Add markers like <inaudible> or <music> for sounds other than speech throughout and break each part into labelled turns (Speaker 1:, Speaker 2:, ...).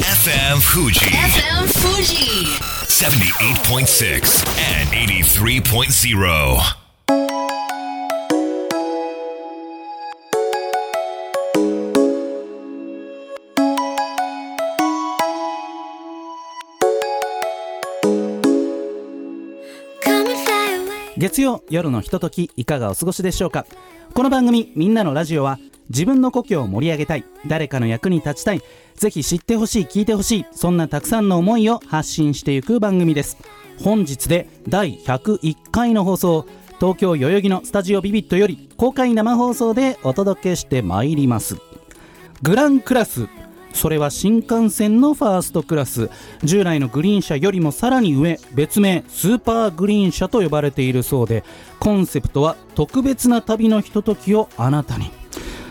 Speaker 1: FM Fuji
Speaker 2: FM Fuji.
Speaker 1: 78.6 and 83.0.
Speaker 3: 月曜夜のひとときいかがお過ごしでしょうかこの番組「みんなのラジオは」自分の故郷を盛り上げたい誰かの役に立ちたいぜひ知ってほしい聞いてほしいそんなたくさんの思いを発信していく番組です本日で第101回の放送東京代々木のスタジオビビットより公開生放送でお届けしてまいりますグランクラスそれは新幹線のファーストクラス従来のグリーン車よりもさらに上別名スーパーグリーン車と呼ばれているそうでコンセプトは特別な旅のひとときをあなたに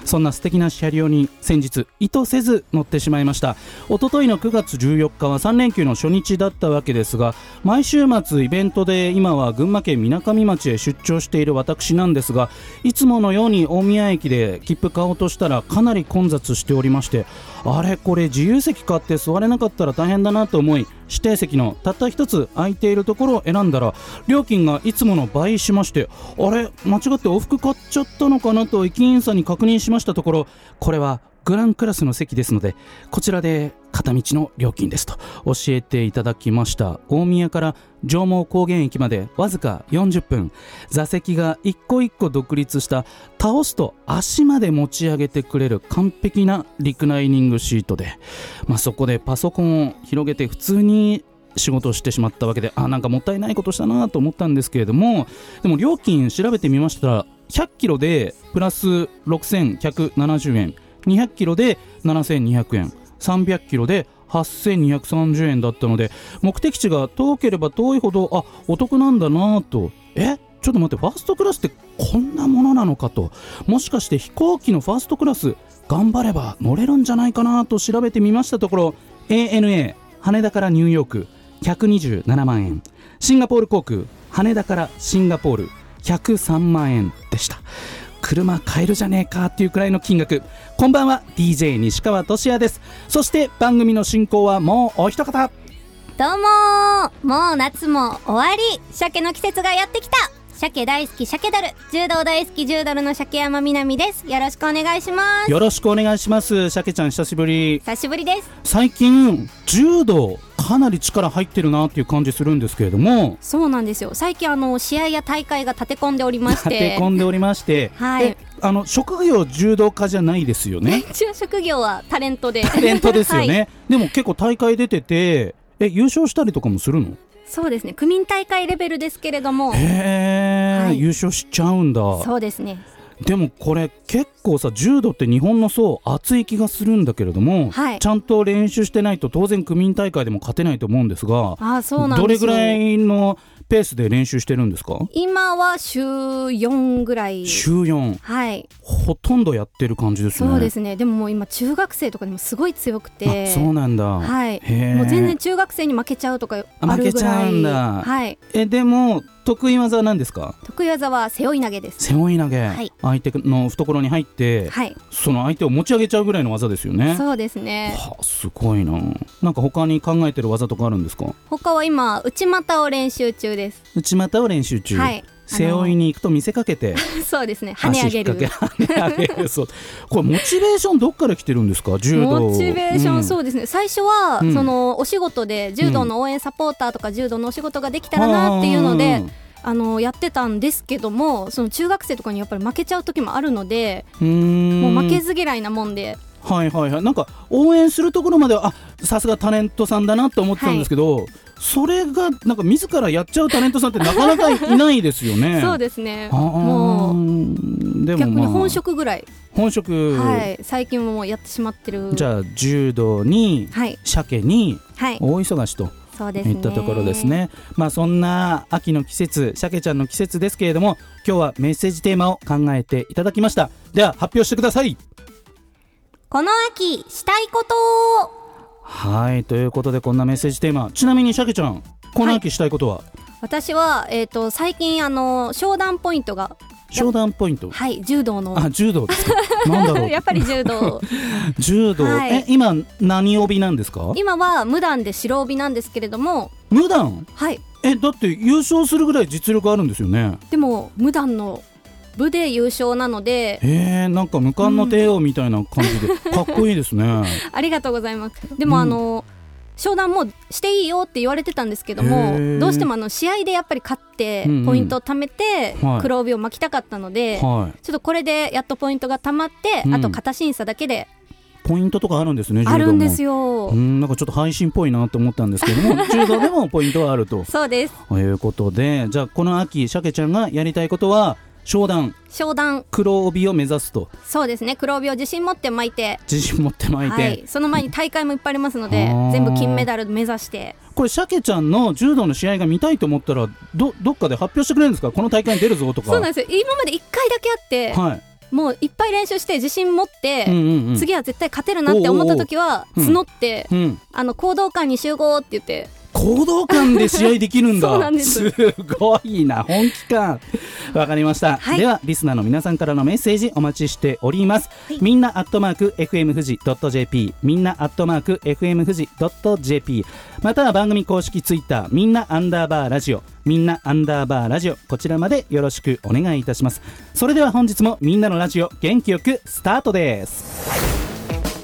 Speaker 3: そんな素敵な車両に先日意図せず乗ってしまいました一昨日の9月14日は3連休の初日だったわけですが毎週末イベントで今は群馬県みなかみ町へ出張している私なんですがいつものように大宮駅で切符買おうとしたらかなり混雑しておりましてあれこれ自由席買って座れなかったら大変だなと思い指定席のたった一つ空いているところを選んだら料金がいつもの倍しましてあれ間違って往復買っちゃったのかなと駅員さんに確認しましたところこれはグランクラスの席ですのでこちらで片道の料金ですと教えていただきました大宮から上毛高原駅までわずか40分座席が一個一個独立した倒すと足まで持ち上げてくれる完璧なリクライニングシートで、まあ、そこでパソコンを広げて普通に仕事をしてしまったわけであなんかもったいないことしたなと思ったんですけれどもでも料金調べてみましたら100キロでプラス6170円200キロで7200円300キロで8230円だったので目的地が遠ければ遠いほどあお得なんだなぁとえちょっと待ってファーストクラスってこんなものなのかともしかして飛行機のファーストクラス頑張れば乗れるんじゃないかなと調べてみましたところ ANA 羽田からニューヨーク127万円シンガポール航空羽田からシンガポール103万円でした車買えるじゃねえかっていうくらいの金額こんばんは DJ 西川俊也ですそして番組の進行はもうお一方
Speaker 4: どうもーもう夏も終わり鮭の季節がやってきた鮭大好き鮭だる柔道大好き柔道の鮭山みなみですよろしくお願いします
Speaker 3: よろしくお願いしますしゃけちゃん久しぶり
Speaker 4: 久しぶりです
Speaker 3: 最近柔道かなり力入ってるなっていう感じするんですけれども
Speaker 4: そうなんですよ最近あの試合や大会が立て込んでおりまして
Speaker 3: 立て込んでおりまして、
Speaker 4: はい
Speaker 3: えあの職業柔道家じゃないですよね
Speaker 4: 一応職業はタレントで
Speaker 3: タレントですよね、
Speaker 4: <laughs> はい
Speaker 3: でも結構大会出ててえ優勝したりとかもするの
Speaker 4: そうですね区民大会レベルですけれども
Speaker 3: へえ、
Speaker 4: はい
Speaker 3: 優勝しちゃうんだ
Speaker 4: そうですね
Speaker 3: でもこれ結構さ柔道って日本の層厚い気がするんだけれども、
Speaker 4: はい
Speaker 3: ちゃんと練習してないと当然区民大会でも勝てないと思うんですが
Speaker 4: あーそうなん
Speaker 3: ど
Speaker 4: で
Speaker 3: れ
Speaker 4: すよ
Speaker 3: ぐらいのペースで練習してるんですか
Speaker 4: 今は週4ぐらい
Speaker 3: 週4
Speaker 4: はい
Speaker 3: ほとんどやってる感じですね
Speaker 4: そうですねでももう今中学生とかでもすごい強くて
Speaker 3: あそうなんだ、
Speaker 4: はい
Speaker 3: へー
Speaker 4: もう全然中学生に負けちゃうとか
Speaker 3: あ
Speaker 4: あるぐらい
Speaker 3: 負けちゃうんだ
Speaker 4: はい
Speaker 3: えでも得意技は何ですか
Speaker 4: 得意技は背負い投げです
Speaker 3: 背負い投げ、
Speaker 4: はい
Speaker 3: 相手の懐に入って、
Speaker 4: はい
Speaker 3: その相手を持ち上げちゃうぐらいの技ですよね
Speaker 4: そうですね
Speaker 3: はあすごいななんか他に考えてる技とかあるんですか
Speaker 4: 他は今内股を練習中です
Speaker 3: 内股を練習中、
Speaker 4: はい
Speaker 3: 背負いに行くと見せかけて
Speaker 4: そうですね <laughs> 跳ね
Speaker 3: 足
Speaker 4: 上
Speaker 3: 引
Speaker 4: げ
Speaker 3: っ掛け
Speaker 4: る
Speaker 3: 跳ね上げるそう <laughs> これモチベーションどっから来てるんですか柔道
Speaker 4: モチベーション、そうですね最初は、
Speaker 3: うん
Speaker 4: そのお仕事で柔道の応援サポーターとか、柔道のお仕事ができたらなっていうので、あのやってたんですけどもその中学生とかにやっぱり負けちゃう時もあるので、
Speaker 3: うん
Speaker 4: もう負けず嫌いなもんで
Speaker 3: はいはいはいなんか応援するところまではあさすがタレントさんだなと思ってたんですけど、それがなんか自らやっちゃうタレントさんってなかなかいないですよね
Speaker 4: <laughs> そうですね
Speaker 3: あー
Speaker 4: もう
Speaker 3: でも、まあ、
Speaker 4: 逆に本職ぐらい
Speaker 3: 本職、
Speaker 4: はい、最近もうやってしまってる。
Speaker 3: じゃあ柔道に
Speaker 4: はい、
Speaker 3: 鮭に
Speaker 4: はい、
Speaker 3: 大忙しと
Speaker 4: そうです
Speaker 3: い
Speaker 4: ね。
Speaker 3: ったところです。ねまあそんな秋の季節鮭ちゃんの季節ですけれども今日はメッセージテーマを考えていただきましたでは発表してください
Speaker 4: この秋したいことを
Speaker 3: はいということでこんなメッセージテーマちなみに鮭ちゃんこの秋したいことは、
Speaker 4: 私はえっ、と最近あの商談ポイントが
Speaker 3: 商談ポイント
Speaker 4: はい柔道の
Speaker 3: あ柔道ですかなん
Speaker 4: <laughs>
Speaker 3: だろう
Speaker 4: やっぱり柔
Speaker 3: <laughs>
Speaker 4: 道
Speaker 3: 柔道、
Speaker 4: はい
Speaker 3: え今何帯なんですか
Speaker 4: 今は無段で白帯なんですけれども
Speaker 3: 無段
Speaker 4: はい
Speaker 3: えだって優勝するぐらい実力あるんですよね
Speaker 4: でも無段の部で優勝なので
Speaker 3: えー、なんか無冠の帝王みたいな感じで、かっこいい
Speaker 4: <laughs>
Speaker 3: ですね
Speaker 4: ありがとうございますでも、
Speaker 3: うん
Speaker 4: あの商談もしていいよって言われてたんですけど
Speaker 3: へー
Speaker 4: もどうしてもあの試合でやっぱり勝って
Speaker 3: うんうん
Speaker 4: ポイントを貯めて
Speaker 3: はい
Speaker 4: 黒帯を巻きたかったので、
Speaker 3: はい
Speaker 4: ちょっとこれでやっとポイントが貯まって、
Speaker 3: うん
Speaker 4: あと型審査だけで
Speaker 3: ポイントとかあるんですね柔道も
Speaker 4: あるんですよ、
Speaker 3: うんなんかちょっと配信っぽいなと思ったんですけども柔道でもポイントはある
Speaker 4: <laughs>
Speaker 3: と
Speaker 4: そうです
Speaker 3: いうことでじゃあこの秋鮭ちゃんがやりたいことは商談
Speaker 4: 商談
Speaker 3: 黒帯を目指すと
Speaker 4: そうですね黒帯を自信持って巻いて
Speaker 3: 自信持って巻いて、
Speaker 4: はい、その前に大会もいっぱいありますので
Speaker 3: あー
Speaker 4: 全部金メダル目指して
Speaker 3: これ鮭ちゃんの柔道の試合が見たいと思ったらどどっかで発表してくれるんですかこの大会に出るぞとか
Speaker 4: そうなんですよ今まで1回だけあって、
Speaker 3: はい
Speaker 4: もういっぱい練習して自信持って、
Speaker 3: うんうんうん
Speaker 4: 次は絶対勝てるなって思った時は
Speaker 3: おうおううん
Speaker 4: 募って、
Speaker 3: うん
Speaker 4: あの行動館に集合って言って
Speaker 3: 行動感で試合できるんだ
Speaker 4: そうなんです
Speaker 3: ごいな本気感わかりました、
Speaker 4: はい
Speaker 3: ではリスナーの皆さんからのメッセージお待ちしております、みんなアットマーク FM 富士 .jp みんなアットマーク FM 富士 .jp または番組公式ツイッターみんなアンダーバーラジオみんなアンダーバーラジオこちらまでよろしくお願いいたしますそれでは本日もみんなのラジオ元気よくスタートです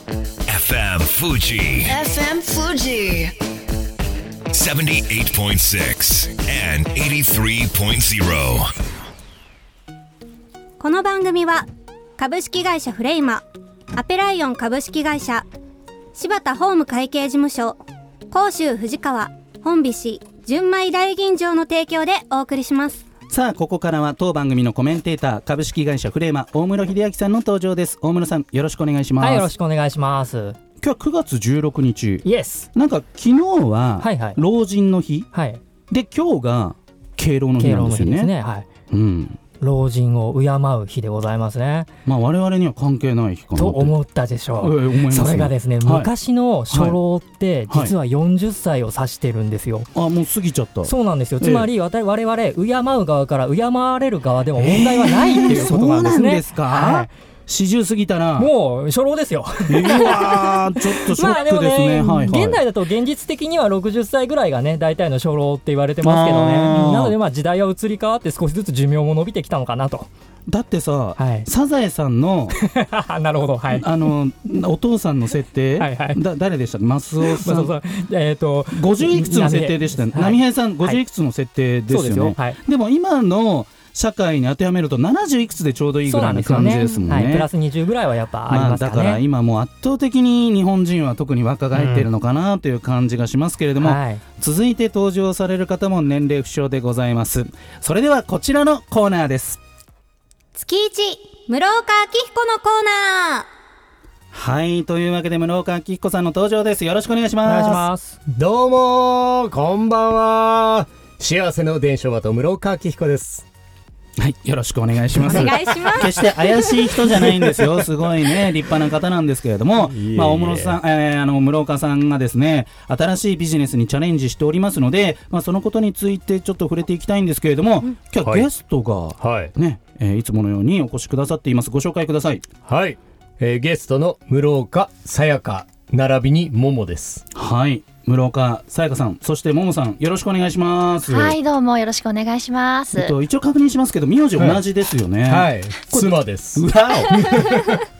Speaker 1: FM Fuji
Speaker 2: FM Fuji.
Speaker 1: 78.6 and 83.0.
Speaker 4: この番組は株式会社フレイマアペライオン株式会社柴田ホーム会計事務所甲州藤川本菱純米大吟醸の提供でお送りします
Speaker 3: さあここからは当番組のコメンテーター株式会社フレーマ大室秀明さんの登場です大室さんよろしくお願いします、
Speaker 5: はい、よろしくお願いします。
Speaker 3: 今日は9月16日
Speaker 5: イエス。
Speaker 3: なんか昨日は
Speaker 5: はいはい
Speaker 3: 老人の日
Speaker 5: はい。
Speaker 3: で今日が敬老の日
Speaker 5: 敬
Speaker 3: な
Speaker 5: 老
Speaker 3: んで
Speaker 5: の
Speaker 3: す
Speaker 5: 日
Speaker 3: よ
Speaker 5: で
Speaker 3: ね
Speaker 5: すね。はい。
Speaker 3: うん
Speaker 5: 老人を敬う日でございますね。
Speaker 3: まあ我々には関係ない日かな
Speaker 5: と
Speaker 3: う
Speaker 5: 思ったでしょ
Speaker 3: ええ思いま
Speaker 5: う。
Speaker 3: す
Speaker 5: それがですね、
Speaker 3: はい
Speaker 5: 昔の初老って
Speaker 3: はい
Speaker 5: 実は40歳を指してるんですよ、
Speaker 3: あもう過ぎちゃった
Speaker 5: そうなんですよ
Speaker 3: ええ
Speaker 5: つまりわた我々敬う側から敬われる側でも問題はないっていうこと
Speaker 3: そう
Speaker 5: なんです
Speaker 3: なん
Speaker 5: ね、
Speaker 3: ですか、
Speaker 5: は
Speaker 3: 四十過ぎたら
Speaker 5: い、もう初老
Speaker 3: <laughs>
Speaker 5: ですよ
Speaker 3: うわーちょっとショックです
Speaker 5: <laughs>
Speaker 3: ね,、はいはい、
Speaker 5: 現代だと現実的には60歳ぐらいがね大体の初老って言われてますけどね
Speaker 3: あー
Speaker 5: なのでまあ時代は移り変わって少しずつ寿命も伸びてきたのかなと
Speaker 3: だってさ、
Speaker 5: はい
Speaker 3: サザエさんの
Speaker 5: <laughs> なるほ
Speaker 3: <laughs>
Speaker 5: どはい
Speaker 3: あのお父さんの設定
Speaker 5: <laughs> はいはい
Speaker 3: だ誰でしたマスオ
Speaker 5: ま
Speaker 3: さ
Speaker 5: あそ
Speaker 3: ん
Speaker 5: うそうえっ、と
Speaker 3: 50いくつの設定でしたね
Speaker 5: 波
Speaker 3: 波
Speaker 5: 平
Speaker 3: 平さん
Speaker 5: はい
Speaker 3: 50いくつの設定です
Speaker 5: そ
Speaker 3: よ
Speaker 5: う
Speaker 3: ね、
Speaker 5: ですよはい
Speaker 3: でも今の社会に当てはめると70いくつでちょうどいいぐ
Speaker 5: そう
Speaker 3: ら
Speaker 5: ない
Speaker 3: の
Speaker 5: んですよ
Speaker 3: 感じですもんね。
Speaker 5: はい、プラス20ぐらいはやっぱあり
Speaker 3: まあ、
Speaker 5: ます
Speaker 3: だ
Speaker 5: か
Speaker 3: から
Speaker 5: ね、
Speaker 3: 今もう圧倒的に日本人は特に若返っているのかなという感じがしますけれども、
Speaker 5: はい、
Speaker 3: 続いて登場される方も年齢不詳でございますそれではこちらのコーナーです
Speaker 4: 月一室岡明彦のコーナー
Speaker 3: はいというわけで室岡明彦さんの登場ですよろしくお願いします
Speaker 5: お願いします
Speaker 6: どうもーこんばんは幸せの伝承はと室岡明彦です
Speaker 3: はいよろしくお願いします
Speaker 4: お願いします
Speaker 3: 決して怪しい人じゃないんです
Speaker 6: <laughs>
Speaker 3: よ、すごいね、立派な方なんですけれども、
Speaker 6: いえいえ
Speaker 3: まあ、大室さん、えーあの室岡さんがですね新しいビジネスにチャレンジしておりますので、まあ、そのことについてちょっと触れていきたいんですけれども、今日は
Speaker 6: はい
Speaker 3: ゲストが、
Speaker 6: はい
Speaker 3: ねえーいつものようにお越しくださっています、ご紹介ください。
Speaker 6: はい、えーゲストの室岡さやか並びにももです
Speaker 3: はい室岡さやかさん、そしてももさん、よろしくお願いします。
Speaker 7: はい、どうもよろしくお願いします。
Speaker 3: えっと、一応確認しますけど、名字同じですよね。
Speaker 6: はい妻です
Speaker 3: <laughs> うわ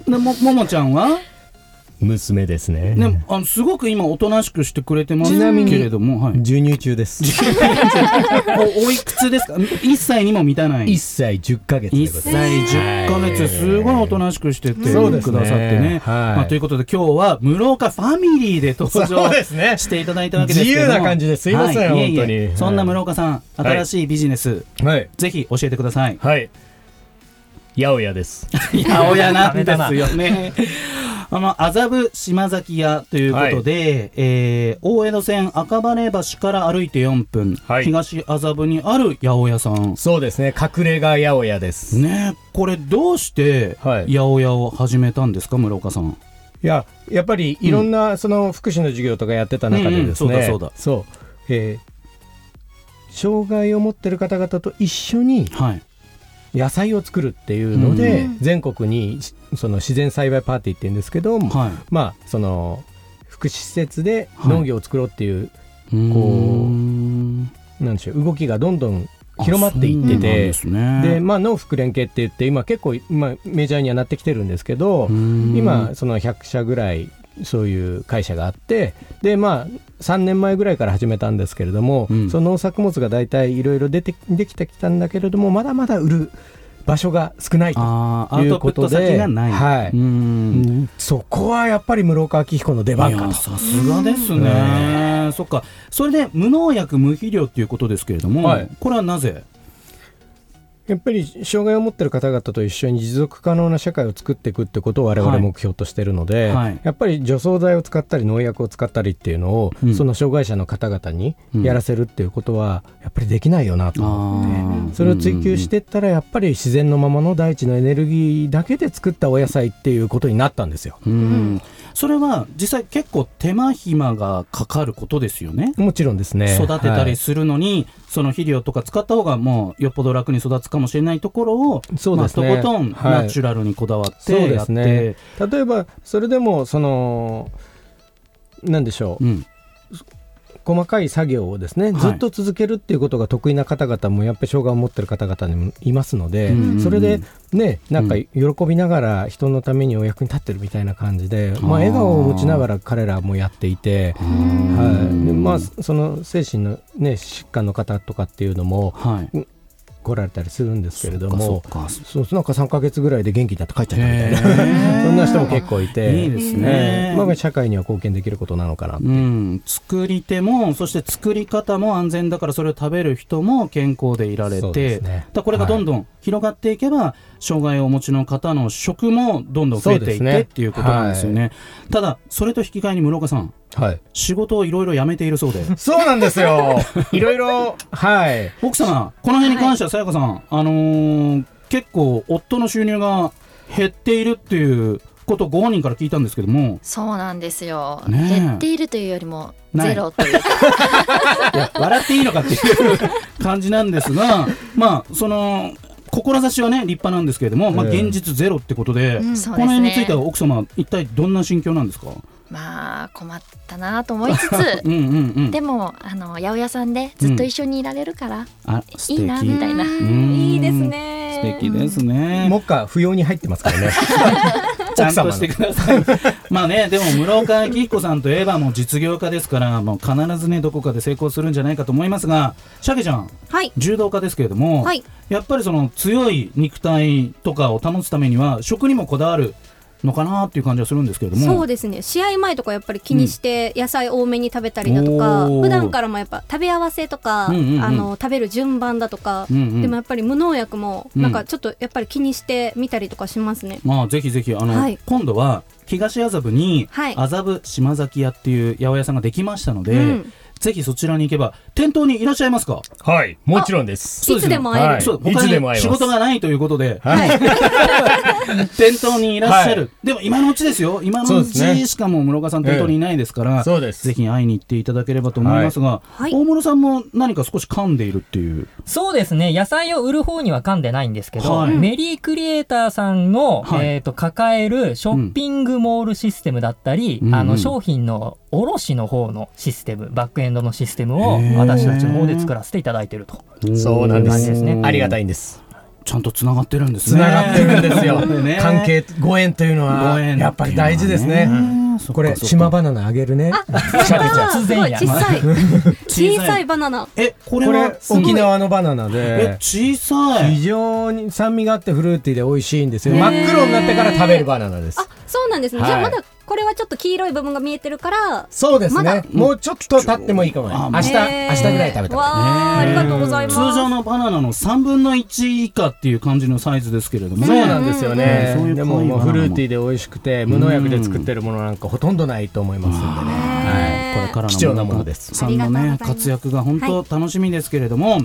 Speaker 3: お <laughs> でもももちゃんは、
Speaker 6: 娘ですね
Speaker 3: ね、あのすごく今おとなしくしてくれてますけれども、
Speaker 6: <laughs>
Speaker 3: はい、
Speaker 6: 授乳中です
Speaker 3: おおいくつですか1歳にも満たない
Speaker 6: 1歳10ヶ月で
Speaker 3: 1
Speaker 6: ござ
Speaker 3: 歳
Speaker 6: います
Speaker 3: 10ヶ月すごいおとなしくしててくださ
Speaker 6: そ
Speaker 3: っ
Speaker 6: う
Speaker 3: て
Speaker 6: ですね
Speaker 3: ね。
Speaker 6: はい
Speaker 3: まあということで今日は室岡ファミリーで登
Speaker 6: そう
Speaker 3: 場
Speaker 6: ですね
Speaker 3: していただいたわけですけども
Speaker 6: 自由な感じですいません
Speaker 3: はいえいえ
Speaker 6: 本当に
Speaker 3: そんな室岡さん
Speaker 6: い
Speaker 3: 新しいビジネス
Speaker 6: はい
Speaker 3: ぜひ教えてください。
Speaker 6: はい八百屋です
Speaker 3: いやおやなんですよね。あの麻布島崎屋ということで、えー大江戸線赤羽橋から歩いて4分、
Speaker 6: はい
Speaker 3: 東麻布にある八百屋さん。
Speaker 6: そうですね隠れ家八百屋です
Speaker 3: ねえこれどうして
Speaker 6: は
Speaker 3: 八
Speaker 6: い
Speaker 3: 百屋を始めたんですか室岡さん
Speaker 6: いややっぱりいろんなその福祉の授業とかやってた中でですね、
Speaker 3: うんうんそうだ
Speaker 6: そうえー障害を持ってる方々と一緒に
Speaker 3: はい
Speaker 6: 野菜を作るっていうので、全国にしその自然栽培パーティーって言うんですけど、
Speaker 3: は
Speaker 6: まあその福祉施設で
Speaker 3: はい
Speaker 6: 農業を作ろうっていう、
Speaker 3: い。
Speaker 6: こう
Speaker 3: うん
Speaker 6: なんでしょう動きがどんどん広まっていって
Speaker 3: あそうなんで。
Speaker 6: て
Speaker 3: すね。
Speaker 6: でまあ、農福連携って言って今結構、まあ、メジャーにはなってきてるんですけど、
Speaker 3: うん
Speaker 6: 今その100社ぐらいそういう会社があってでまあ3年前ぐらいから始めたんですけれども、
Speaker 3: うん
Speaker 6: その農作物が大体いろいろ出てできてきたんだけれどもまだまだ売る場所が少ないと。
Speaker 3: あーアウトプット先がない。
Speaker 6: はいううんんそこはやっぱり室岡明彦の出番
Speaker 3: い
Speaker 6: か
Speaker 3: や
Speaker 6: と。
Speaker 3: さすがですね、そっかそれで無農薬無肥料っていうことですけれども、
Speaker 6: はい
Speaker 3: これはなぜ
Speaker 6: やっぱり障害を持ってる方々と一緒に持続可能な社会を作っていくってことを我
Speaker 3: は
Speaker 6: 々
Speaker 3: い
Speaker 6: 目標としてるので、
Speaker 3: はい
Speaker 6: やっぱり除草剤を使ったり農薬を使ったりっていうのを、
Speaker 3: うん
Speaker 6: その障害者の方々に
Speaker 3: うん
Speaker 6: やらせるっていうことはやっぱりできないよなと思って、
Speaker 3: あー
Speaker 6: それを追求していったらやっぱり自然のままの大地のエネルギーだけで作ったお野菜っていうことになったんですよ。
Speaker 3: うん、それは実際結構手間暇がかかることですよね
Speaker 6: もちろんですね
Speaker 3: 育てた
Speaker 6: はい
Speaker 3: りするのに、その肥料とか使った方がもうよっぽど楽に育つかもしれないところを
Speaker 6: そうですね
Speaker 3: まあ、とことん
Speaker 6: はい
Speaker 3: ナチュラルにこだわって
Speaker 6: そうで
Speaker 3: やっ
Speaker 6: す
Speaker 3: て、
Speaker 6: ね例えばそれでもそのなんでしょう、
Speaker 3: うん
Speaker 6: 細かい作業をですね、
Speaker 3: はい
Speaker 6: ずっと続けるっていうことが得意な方々もやっぱり障害を持ってる方々にもいますので、
Speaker 3: うん
Speaker 6: それでねなんか
Speaker 3: う
Speaker 6: 喜びながら人のためにお役に立ってるみたいな感じで、
Speaker 3: ー
Speaker 6: まあ、笑顔を持ちながら彼らもやっていて、はいでまあ、その精神の、ね、疾患の方とかっていうのも
Speaker 3: はい
Speaker 6: 来られたりするんですけれど
Speaker 3: そ
Speaker 6: も
Speaker 3: っ。かそっか
Speaker 6: そうなんか3か月ぐらいで元気になって帰っちゃったみたいな
Speaker 3: へー
Speaker 6: <laughs> そんな人も結構いて
Speaker 3: いいです
Speaker 6: え
Speaker 3: ね
Speaker 6: え、まあ、社会には貢献できることなのかなって
Speaker 3: うん、作り手もそして作り方も安全だからそれを食べる人も健康でいられ
Speaker 6: そう
Speaker 3: て、
Speaker 6: ですね
Speaker 3: だからこれがどんどん広がっていけば、障害をお持ちの方の食もどんどん増えていっ
Speaker 6: そうです
Speaker 3: て
Speaker 6: ね
Speaker 3: っていうことなんですよねただそれと引き換えに室岡さん
Speaker 6: はい
Speaker 3: 仕事をいろいろ辞めているそう
Speaker 6: <laughs>
Speaker 3: で
Speaker 6: そうなんですよ。いろいろ、はい。
Speaker 3: 奥様この辺に関してはさやかさん、あのー結構夫の収入が減っているっていうことをご本人から聞いたんですけども
Speaker 7: そうなんですよ、
Speaker 3: ねえ
Speaker 7: 減っているというよりも
Speaker 3: ない
Speaker 7: ゼロというか
Speaker 3: いや笑っていいのかっていう感じなんです
Speaker 7: <laughs>
Speaker 3: が、まあ、その、志はね、立派なんですけれども、まあ、
Speaker 6: ええ
Speaker 3: 現実ゼロってことで、
Speaker 7: うん
Speaker 3: こ
Speaker 7: そ
Speaker 3: の
Speaker 7: うですね
Speaker 3: 辺については奥様、一体どんな心境なんですか
Speaker 7: <laughs> まあ困ったなと思い
Speaker 3: <laughs>
Speaker 7: つ
Speaker 3: う
Speaker 7: つ
Speaker 3: んうんうん。
Speaker 7: でもあの八百屋さんでずっと一緒にいられるから、
Speaker 3: あ、
Speaker 7: いいなみたいな
Speaker 3: <laughs> うん
Speaker 4: いいですね
Speaker 3: 素敵ですね。
Speaker 6: 目下不要に入ってますからね。
Speaker 3: <laughs> ちゃんとしてください。 <laughs> まあね、でも室岡明彦さんといえばもう実業家ですから、もう必ずね、どこかで成功するんじゃないかと思いますが、シャケちゃん、
Speaker 4: はい
Speaker 3: 柔道家ですけれども、
Speaker 4: はい
Speaker 3: やっぱりその強い肉体とかを保つためには食にもこだわるのかなっていう感じはするんですけれども
Speaker 4: そうですね試合前とかやっぱり気にして野菜多めに食べたりだとか、
Speaker 3: おー
Speaker 4: 普段からもやっぱ食べ合わせとか、
Speaker 3: うんうんうん
Speaker 4: あの食べる順番だとか、
Speaker 3: うんうん
Speaker 4: でもやっぱり無農薬も
Speaker 3: うん
Speaker 4: なんかちょっとやっぱり気にしてみたりとかしますね、
Speaker 3: まあぜひぜひあの、
Speaker 4: はい
Speaker 3: 今度は東麻布に
Speaker 4: はい
Speaker 3: 麻布島崎屋っていう八百屋さんができましたので、
Speaker 4: うん
Speaker 3: ぜひそちらに行けば店頭にいらっしゃいますか
Speaker 6: はい。もちろんです。
Speaker 3: そうすね
Speaker 4: いつでも会える
Speaker 6: はい
Speaker 3: そう
Speaker 6: い
Speaker 3: 他
Speaker 6: つでも会
Speaker 3: に
Speaker 6: えます
Speaker 3: 仕事がないということで、
Speaker 6: はい。
Speaker 3: 店頭にいらっしゃる、
Speaker 6: は
Speaker 3: でも今のうちですよ今の
Speaker 6: そう
Speaker 3: う
Speaker 6: で
Speaker 3: ち
Speaker 6: すね
Speaker 3: しかも室岡さん店頭にいないですから、
Speaker 6: ええそうです
Speaker 3: ぜひ会いに行っていただければと思いますが、
Speaker 4: はい
Speaker 3: 大室さんも何か少し噛んでいるっていう
Speaker 5: そうですね野菜を売る方には噛んでないんですけど、
Speaker 3: はい
Speaker 5: メリークリエイターさんの、
Speaker 3: はい
Speaker 5: えー、と抱えるショッピングモールシステムだったり、
Speaker 3: うん
Speaker 5: あ
Speaker 3: うん
Speaker 5: の商品の卸の方のシステムバックエンドのシステムを私たちの方で作らせていただいてると
Speaker 6: そうなんで。
Speaker 5: 感じですすね
Speaker 6: ありがたいんです。
Speaker 3: ちゃんとつながってるんです
Speaker 6: つ
Speaker 3: ね。
Speaker 6: ながってるんですよ
Speaker 3: ね。
Speaker 6: 関係、ご縁というの
Speaker 3: ご
Speaker 6: は、
Speaker 3: 縁っていうのはね
Speaker 6: やっぱり大事ですね。
Speaker 3: そっか
Speaker 6: これ、
Speaker 3: そっか
Speaker 6: 島バナナあげるね。シャベちゃん。
Speaker 4: あー
Speaker 5: 突
Speaker 4: <laughs> すごい
Speaker 5: 然や
Speaker 4: 小さい小さいバナナ
Speaker 3: え、これ
Speaker 6: こ
Speaker 3: は
Speaker 6: れ、沖縄のバナナ
Speaker 3: え
Speaker 6: で、、
Speaker 3: 小さ
Speaker 6: 非
Speaker 3: い。
Speaker 6: 常に酸味があってフルーティーで美味しいんですよ。
Speaker 4: へー
Speaker 6: 真っ黒になってから食べるバナナです
Speaker 4: あ。そうなんですね、じゃあ
Speaker 6: は
Speaker 4: ま
Speaker 6: い
Speaker 4: だこれはちょっと黄色い部分が見えてるから
Speaker 6: そうです
Speaker 4: まだ
Speaker 6: ね。もうちょっと経ってもいいかもね。
Speaker 3: あ
Speaker 6: 明日、
Speaker 4: へー
Speaker 6: 明日ぐらい食べたら。
Speaker 4: わあありがとうございま
Speaker 3: 通
Speaker 4: す
Speaker 3: 常のバナナの3分の1以下っていう感じのサイズですけれどもね。
Speaker 6: そうなんですよね。
Speaker 3: うんうんうん
Speaker 6: でももう
Speaker 3: そういう可愛いバナナも
Speaker 6: フルーティーで美味しくて無農薬で作ってるものなんかほとんどないと思いますんでね。
Speaker 3: はい、これからの
Speaker 6: 貴重なものです
Speaker 3: さんの
Speaker 4: あり
Speaker 3: ね
Speaker 4: がとうございます
Speaker 3: 活躍が本当楽しみですけれども、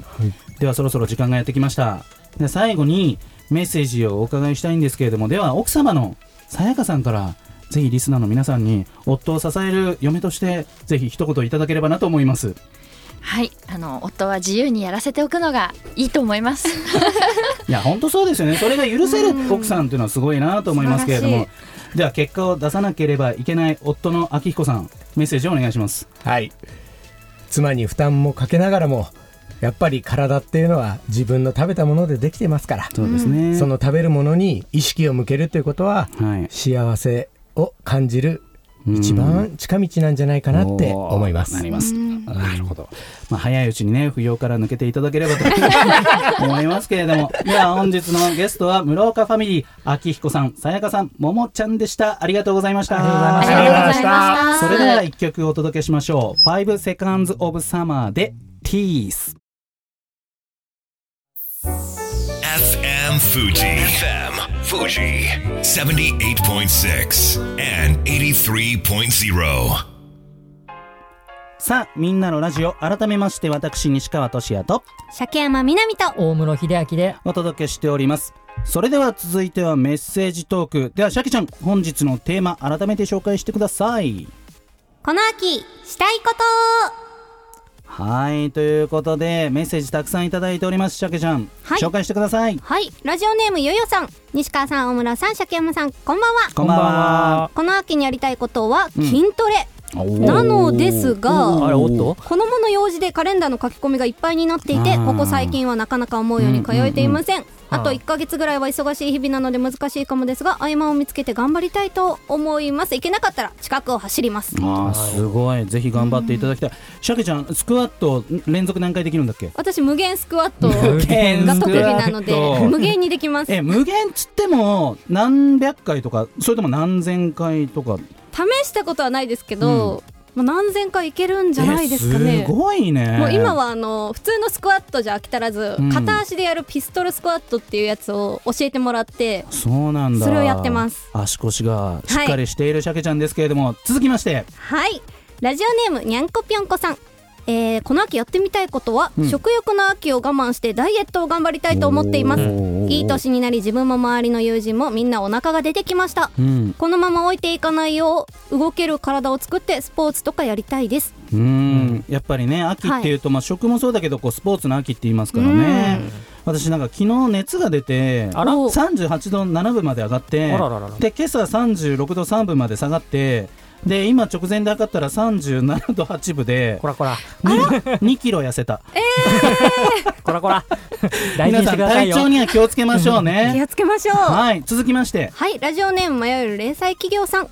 Speaker 3: ではそろそろ時間がやってきましたで最後にメッセージをお伺いしたいんですけれどもでは奥様のさやかさんからぜひリスナーの皆さんに夫を支える嫁としてぜひ一言いただければなと思います
Speaker 7: はいあの夫は自由にやらせておくのがいいと思います
Speaker 3: いや本当そうですよねそれが許せる奥さんというのはすごいなと思いますけれど
Speaker 4: うん
Speaker 3: もでは結果を出さなければいけない夫の明彦さんメッセージをお願いします
Speaker 6: はい妻に負担もかけながらもやっぱり体っていうのは自分の食べたものでできてますから、
Speaker 3: そうですね、
Speaker 6: その食べるものに意識を向けるということは
Speaker 3: はい
Speaker 6: 幸せを感じる
Speaker 3: うん
Speaker 6: 一番近道なんじゃないかなって思いま
Speaker 3: お
Speaker 6: す
Speaker 3: ーなります。なるほど。まあ早いうちにね不要から抜けていただければと思いますけれども、 <laughs> では本日のゲストは室岡ファミリー秋彦さん、さやかさん、ももちゃんでした。ありがとうございました。
Speaker 7: ありがとうございました
Speaker 3: それでは一曲お届けしましょう。Five Seconds of Summer で Teeth。
Speaker 1: FM Fuji. FM Fuji. 78.6 and 83.0.
Speaker 3: さあみんなのラジオ改めまして私西川俊也と
Speaker 4: 鮭山みなみと
Speaker 5: 大室秀明で
Speaker 3: お届けしております。それでは続いてはメッセージトーク。ではシャキちゃん本日のテーマ改めて紹介してください。
Speaker 4: この秋したいこと
Speaker 3: はいということでメッセージたくさんいただいておりますしゃけちゃん、
Speaker 4: はい
Speaker 3: 紹介してください
Speaker 4: はいラジオネームよよさん西川さん大村さん鮭山さんこんばんは
Speaker 3: こんばんは
Speaker 4: この秋にやりたいことは筋トレ、
Speaker 3: ー
Speaker 4: なのです
Speaker 3: おー
Speaker 4: が
Speaker 5: あれおっと
Speaker 4: 子供の用事でカレンダーの書き込みがいっぱいになっていて
Speaker 3: あー
Speaker 4: ここ最近はなかなか思うように通えていません、あと
Speaker 5: あー
Speaker 4: 1ヶ月ぐらいは忙しい日々なので難しいかもですが合間を見つけて頑張りたいと思いますいけなかったら近くを走ります
Speaker 3: あーすごいぜひ頑張っていただきたいしゃけちゃんスクワット連続何回できるんだっけ
Speaker 4: 私無限スクワット
Speaker 5: 無限
Speaker 4: が得意なので
Speaker 3: スクワット
Speaker 4: 無限にできます
Speaker 3: え無限っつっても何百回とかそれとも何千回とか
Speaker 4: 試したことはないですけど、まあ、何千回いけるんじゃないですかね
Speaker 3: えすごいね
Speaker 4: もう今はあの普通のスクワットじゃ飽き足らず、
Speaker 3: うん
Speaker 4: 片足でやるピストルスクワットっていうやつを教えてもらって
Speaker 3: そうなんだ
Speaker 4: それをやってます
Speaker 3: 足腰がしっかりしているしゃけちゃんですけれども、続きまして
Speaker 4: はいラジオネームにゃんこぴょんこさんえーこの秋やってみたいことは、
Speaker 3: うん
Speaker 4: 食欲の秋を我慢してダイエットを頑張りたいと思っています
Speaker 3: おー
Speaker 4: いい年になり自分も周りの友人もみんなお腹が出てきました
Speaker 3: うん
Speaker 4: このまま置いていかないよう動ける体を作ってスポーツとかやりたいです
Speaker 3: うん、やっぱりね秋っていうと、まあ食もそうだけどこうスポーツの秋って言いますからね私なんか昨日熱が出て
Speaker 5: あら
Speaker 3: 38度7分まで上がって
Speaker 5: あらららら
Speaker 3: で今朝36度3分まで下がってで今直前で測ったら37度8分で
Speaker 5: こらこら
Speaker 3: 2キロ痩せた
Speaker 5: こら
Speaker 3: <laughs>
Speaker 5: こら大
Speaker 3: 皆
Speaker 5: 事にし
Speaker 3: さ
Speaker 5: て
Speaker 3: ん
Speaker 5: くださ
Speaker 3: 体
Speaker 5: いよ
Speaker 3: 調には気をつけましょう
Speaker 4: 気
Speaker 3: ね
Speaker 4: をつけましょう
Speaker 3: はい続きまして
Speaker 4: はい、ラジオネーム迷える零細企業さん。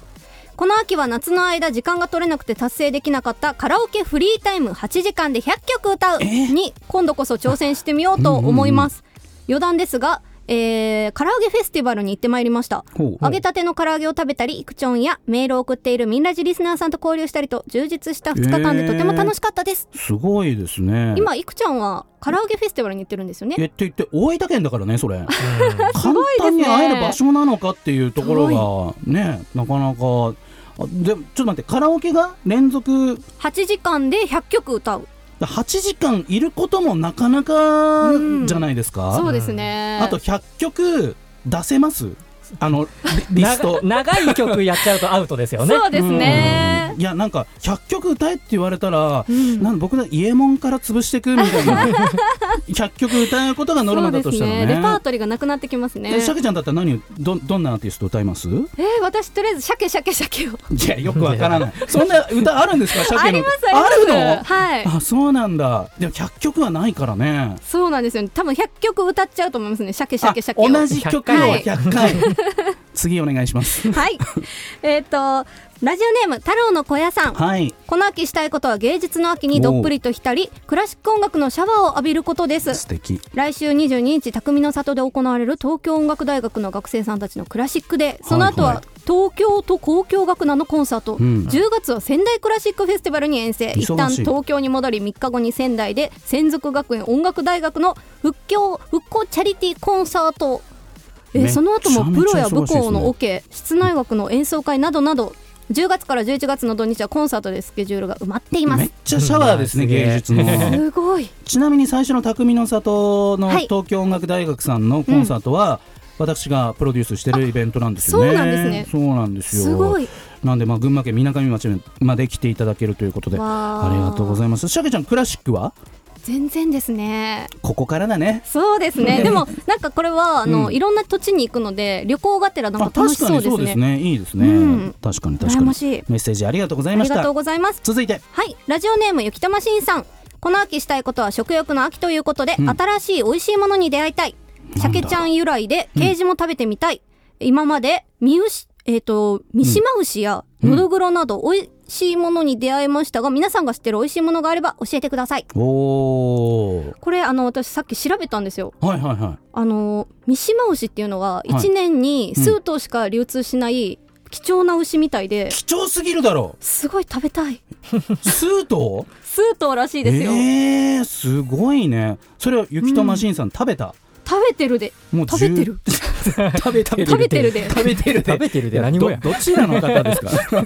Speaker 4: この秋は夏の間時間が取れなくて達成できなかったカラオケフリータイム8時間で100曲歌うに今度こそ挑戦してみようと思います。余談ですが、えー、カラオケフェスティバルに行ってまいりました
Speaker 3: ほうほう
Speaker 4: 揚げたての唐揚げを食べたりクチョンやメールを送っているミンラジリスナーさんと交流したりと充実した2日間でとても楽しかったです、
Speaker 3: すごいですね
Speaker 4: 今いくちゃんはカラオケフェスティバルに行ってるんですよね
Speaker 3: 言って言って大分県だからねそれ、簡単に会える場所なのかっていうところがねなかなかあでもちょっと待ってカラオケが連続
Speaker 4: 8時間で100曲歌う
Speaker 3: 8時間いることもなかなかじゃないですか、
Speaker 4: そうですね
Speaker 3: あと100曲出せますあの
Speaker 4: <laughs>
Speaker 3: リリスト
Speaker 5: 長長い曲やっちゃうとアウトです
Speaker 3: <laughs>
Speaker 5: よね
Speaker 4: そうですね、
Speaker 3: いやなんか100曲歌えって言われたら、なんか僕ら家門から潰してくみたいな
Speaker 4: <laughs>
Speaker 3: 100曲歌うことがノルマだとしたら
Speaker 4: そう
Speaker 3: ね
Speaker 4: ですレパートリーがなくなってきますね
Speaker 3: えシャケちゃんだったら何どどんなアーティスト歌います
Speaker 4: えー私とりあえず鮭鮭鮭を
Speaker 3: いやよくわからない <laughs> そんな歌あるんですか鮭の
Speaker 4: ありますありますはい
Speaker 3: るのあそうなんだでも100曲はないからね
Speaker 4: そうなんですよね多分100曲歌っちゃうと思いますね鮭鮭鮭を
Speaker 3: あ同じ曲を100回 <laughs> 次お願いします
Speaker 4: はいえっ、とラジオネーム太郎の小屋さん
Speaker 3: はい
Speaker 4: この秋したいことは芸術の秋にどっぷりと浸りクラシック音楽のシャワーを浴びることです
Speaker 3: 素敵
Speaker 4: 来週22日匠の里で行われる東京音楽大学の学生さんたちのクラシックでその後
Speaker 3: はいは
Speaker 4: はい東京と交響楽団のコンサート、
Speaker 3: ん
Speaker 4: 10月は仙台クラシックフェスティバルに遠征
Speaker 3: 忙しい
Speaker 4: 一旦東京に戻り3日後に仙台で専属学園音楽大学の復興復興チャリティーコンサートえー
Speaker 3: めっちゃ
Speaker 4: その後もプロや
Speaker 3: め
Speaker 4: 武
Speaker 3: っちゃ忙しいです
Speaker 4: 校
Speaker 3: ね
Speaker 4: のオケ、室内楽の演奏会などなど10月から11月の土日はコンサートでスケジュールが埋まっていま
Speaker 3: め
Speaker 4: す
Speaker 3: っちゃシャワーですね
Speaker 5: うん
Speaker 3: 芸術の <laughs>
Speaker 4: すごい
Speaker 3: ちなみに最初の匠の里の
Speaker 4: はい
Speaker 3: 東京音楽大学さんのコンサートは、私がプロデュースしてるイベントなんですよ
Speaker 4: あ
Speaker 3: ね。
Speaker 4: そうなんですね
Speaker 3: そうなんですよ。
Speaker 4: すごい。
Speaker 3: なんでまあ群馬県みなかみ町まで来ていただけるということで
Speaker 4: わ
Speaker 3: あ
Speaker 4: あ
Speaker 3: りがとうございますしゃけちゃんクラシックは
Speaker 4: 全然ですね
Speaker 3: ここからだね
Speaker 4: そうですねでもなんかこれはあの、
Speaker 3: うん
Speaker 4: いろんな土地に行くので旅行がてらなん
Speaker 3: あ
Speaker 4: か楽
Speaker 3: 確
Speaker 4: し
Speaker 3: か
Speaker 4: そう
Speaker 3: に
Speaker 4: で
Speaker 3: そう
Speaker 4: す
Speaker 3: です
Speaker 4: ね
Speaker 3: ねいいですね、
Speaker 4: うん
Speaker 3: 確かに確
Speaker 4: 羨
Speaker 3: かに
Speaker 4: ましい
Speaker 3: メッセージありがとうござい
Speaker 4: あ
Speaker 3: ま
Speaker 4: り
Speaker 3: し
Speaker 4: がとう
Speaker 3: た
Speaker 4: ございます
Speaker 3: 続いて
Speaker 4: はいラジオネームゆきたましんさんこの秋したいことは食欲の秋ということで、
Speaker 3: うん
Speaker 4: 新しい美味しいものに出会いたい鮭ちゃん由来でケージも食べてみたい、今まで三牛えっ、と三島牛やのどぐろなど美味しいものに出会いましたが、皆さんが知ってる美味しいものがあれば教えてください
Speaker 3: おお
Speaker 4: これあの私さっき調べたんですよ
Speaker 3: はいはいはい
Speaker 4: あの三島牛っていうのは
Speaker 3: はい
Speaker 4: 1年に
Speaker 3: うん
Speaker 4: 数頭しか流通しない貴重な牛みたいで、
Speaker 3: 貴重すぎるだろ
Speaker 4: すごい食べたい
Speaker 3: 数頭
Speaker 4: 数頭らし <laughs> いですよ、
Speaker 3: えー、すごいねそれはゆきとましんさん食べた、
Speaker 4: 食べてるで
Speaker 3: もう
Speaker 4: 食べて
Speaker 3: <laughs>
Speaker 4: る
Speaker 3: 食べてる
Speaker 4: 食べてるでい
Speaker 6: 食べてる食べてるで何もや
Speaker 3: どどちらの
Speaker 4: <laughs>
Speaker 3: 方ですか
Speaker 4: や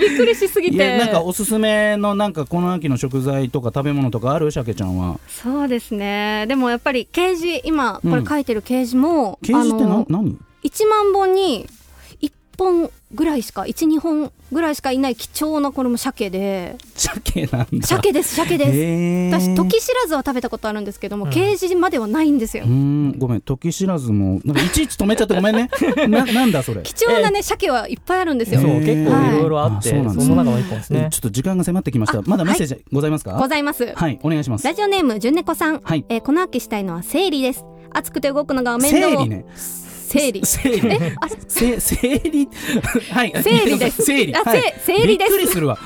Speaker 4: びっくりしすぎ
Speaker 3: い
Speaker 4: て
Speaker 3: やなんかおすすめのなんかこの秋の食材とか食べ物とかあるしゃけちゃんは
Speaker 4: そうですねでもやっぱりケージ今こ
Speaker 3: う
Speaker 4: れ
Speaker 3: ん
Speaker 4: 書いてるケージも、
Speaker 3: ケージって
Speaker 4: あ
Speaker 3: な
Speaker 4: の
Speaker 3: 何
Speaker 4: 1万本に1本ぐらいしか12本ぐらいしかいない貴重なこれも鮭で
Speaker 3: 鮭なんだ
Speaker 4: 鮭です鮭です、
Speaker 3: へー
Speaker 4: 私時知らずは食べたことあるんですけども、
Speaker 5: うん
Speaker 4: ケージまではないんですよ
Speaker 3: うーんごめん時知らずもなんかいちいち止めちゃってごめ
Speaker 4: <laughs>
Speaker 3: んねななんだそれ
Speaker 4: 貴重なね、鮭はいっぱいあるんですよ
Speaker 5: そう
Speaker 3: へー
Speaker 5: 結構いろいろあって、
Speaker 3: はいあそうなんです
Speaker 5: そ
Speaker 3: ね
Speaker 5: の中の一本です
Speaker 3: え
Speaker 5: ね
Speaker 3: ちょっと時間が迫ってきましたまだメッセージございますか
Speaker 4: ございます
Speaker 3: はいお願いします
Speaker 4: ラジオネーム純猫さん、
Speaker 3: はい
Speaker 4: えーこの秋したいのは生理です暑くて動くのが面倒
Speaker 3: 生理ね
Speaker 4: 生理
Speaker 3: 生理
Speaker 4: えあれ
Speaker 3: せ <laughs> 生理はい
Speaker 4: 生理
Speaker 3: <laughs>
Speaker 4: です
Speaker 3: 生理
Speaker 4: あ
Speaker 3: はい
Speaker 4: せ生理です
Speaker 3: びっくりするわ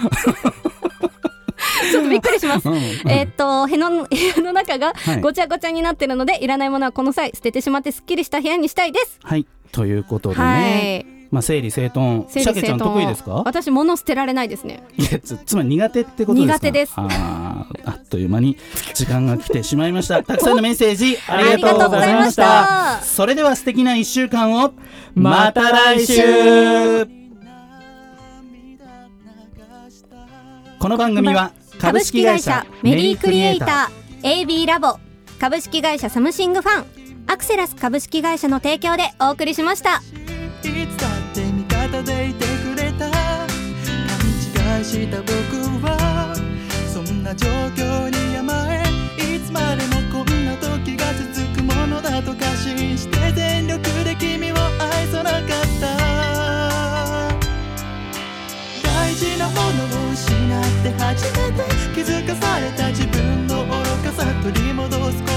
Speaker 4: ちょっとびっくりします
Speaker 3: うん
Speaker 4: えーっと部屋の <laughs> 部屋の中が
Speaker 3: はい
Speaker 4: ごちゃごちゃになってるので、い、らないものはこの際捨ててしまってすっきりした部屋にしたいです
Speaker 3: はいということで
Speaker 4: はい
Speaker 3: ねまあ整理整頓
Speaker 4: 整理
Speaker 3: シャケちゃん
Speaker 4: 整頓
Speaker 3: 得意ですか
Speaker 4: 私物捨てられないですね
Speaker 3: いやつつまり苦手ってことですか
Speaker 4: 苦手です
Speaker 3: あーあっという間に時間が来てしまいま
Speaker 4: <laughs>
Speaker 3: したたくさんのメッセージあ
Speaker 4: あ
Speaker 3: り
Speaker 4: り
Speaker 3: が
Speaker 4: がと
Speaker 3: とう
Speaker 4: う
Speaker 3: ご
Speaker 4: ご
Speaker 3: ざ
Speaker 4: ざ
Speaker 3: い
Speaker 4: い
Speaker 3: ま
Speaker 4: ま
Speaker 3: し
Speaker 4: したた
Speaker 3: それでは素敵な1週間をま
Speaker 5: ま
Speaker 3: た
Speaker 5: た
Speaker 3: 来
Speaker 5: 来
Speaker 3: 週
Speaker 5: 週
Speaker 3: この番組は株式会社メ
Speaker 4: メ
Speaker 3: リ
Speaker 4: リー
Speaker 3: ーク
Speaker 4: ク
Speaker 3: リ
Speaker 4: リ
Speaker 3: エ
Speaker 4: エ
Speaker 3: イ
Speaker 4: イ
Speaker 3: タ
Speaker 4: ター AB ラボ株式会社サムシングファンアクセラス株式会社の提供でお送りしました
Speaker 2: いつだって味方でいてくれた勘違いした僕はそんな状況に甘えいつまでもこんな時が続くものだと過信して全力で君を愛さなかった大事なものを失って初めて気づかされた自分の愚かさ取り戻すこと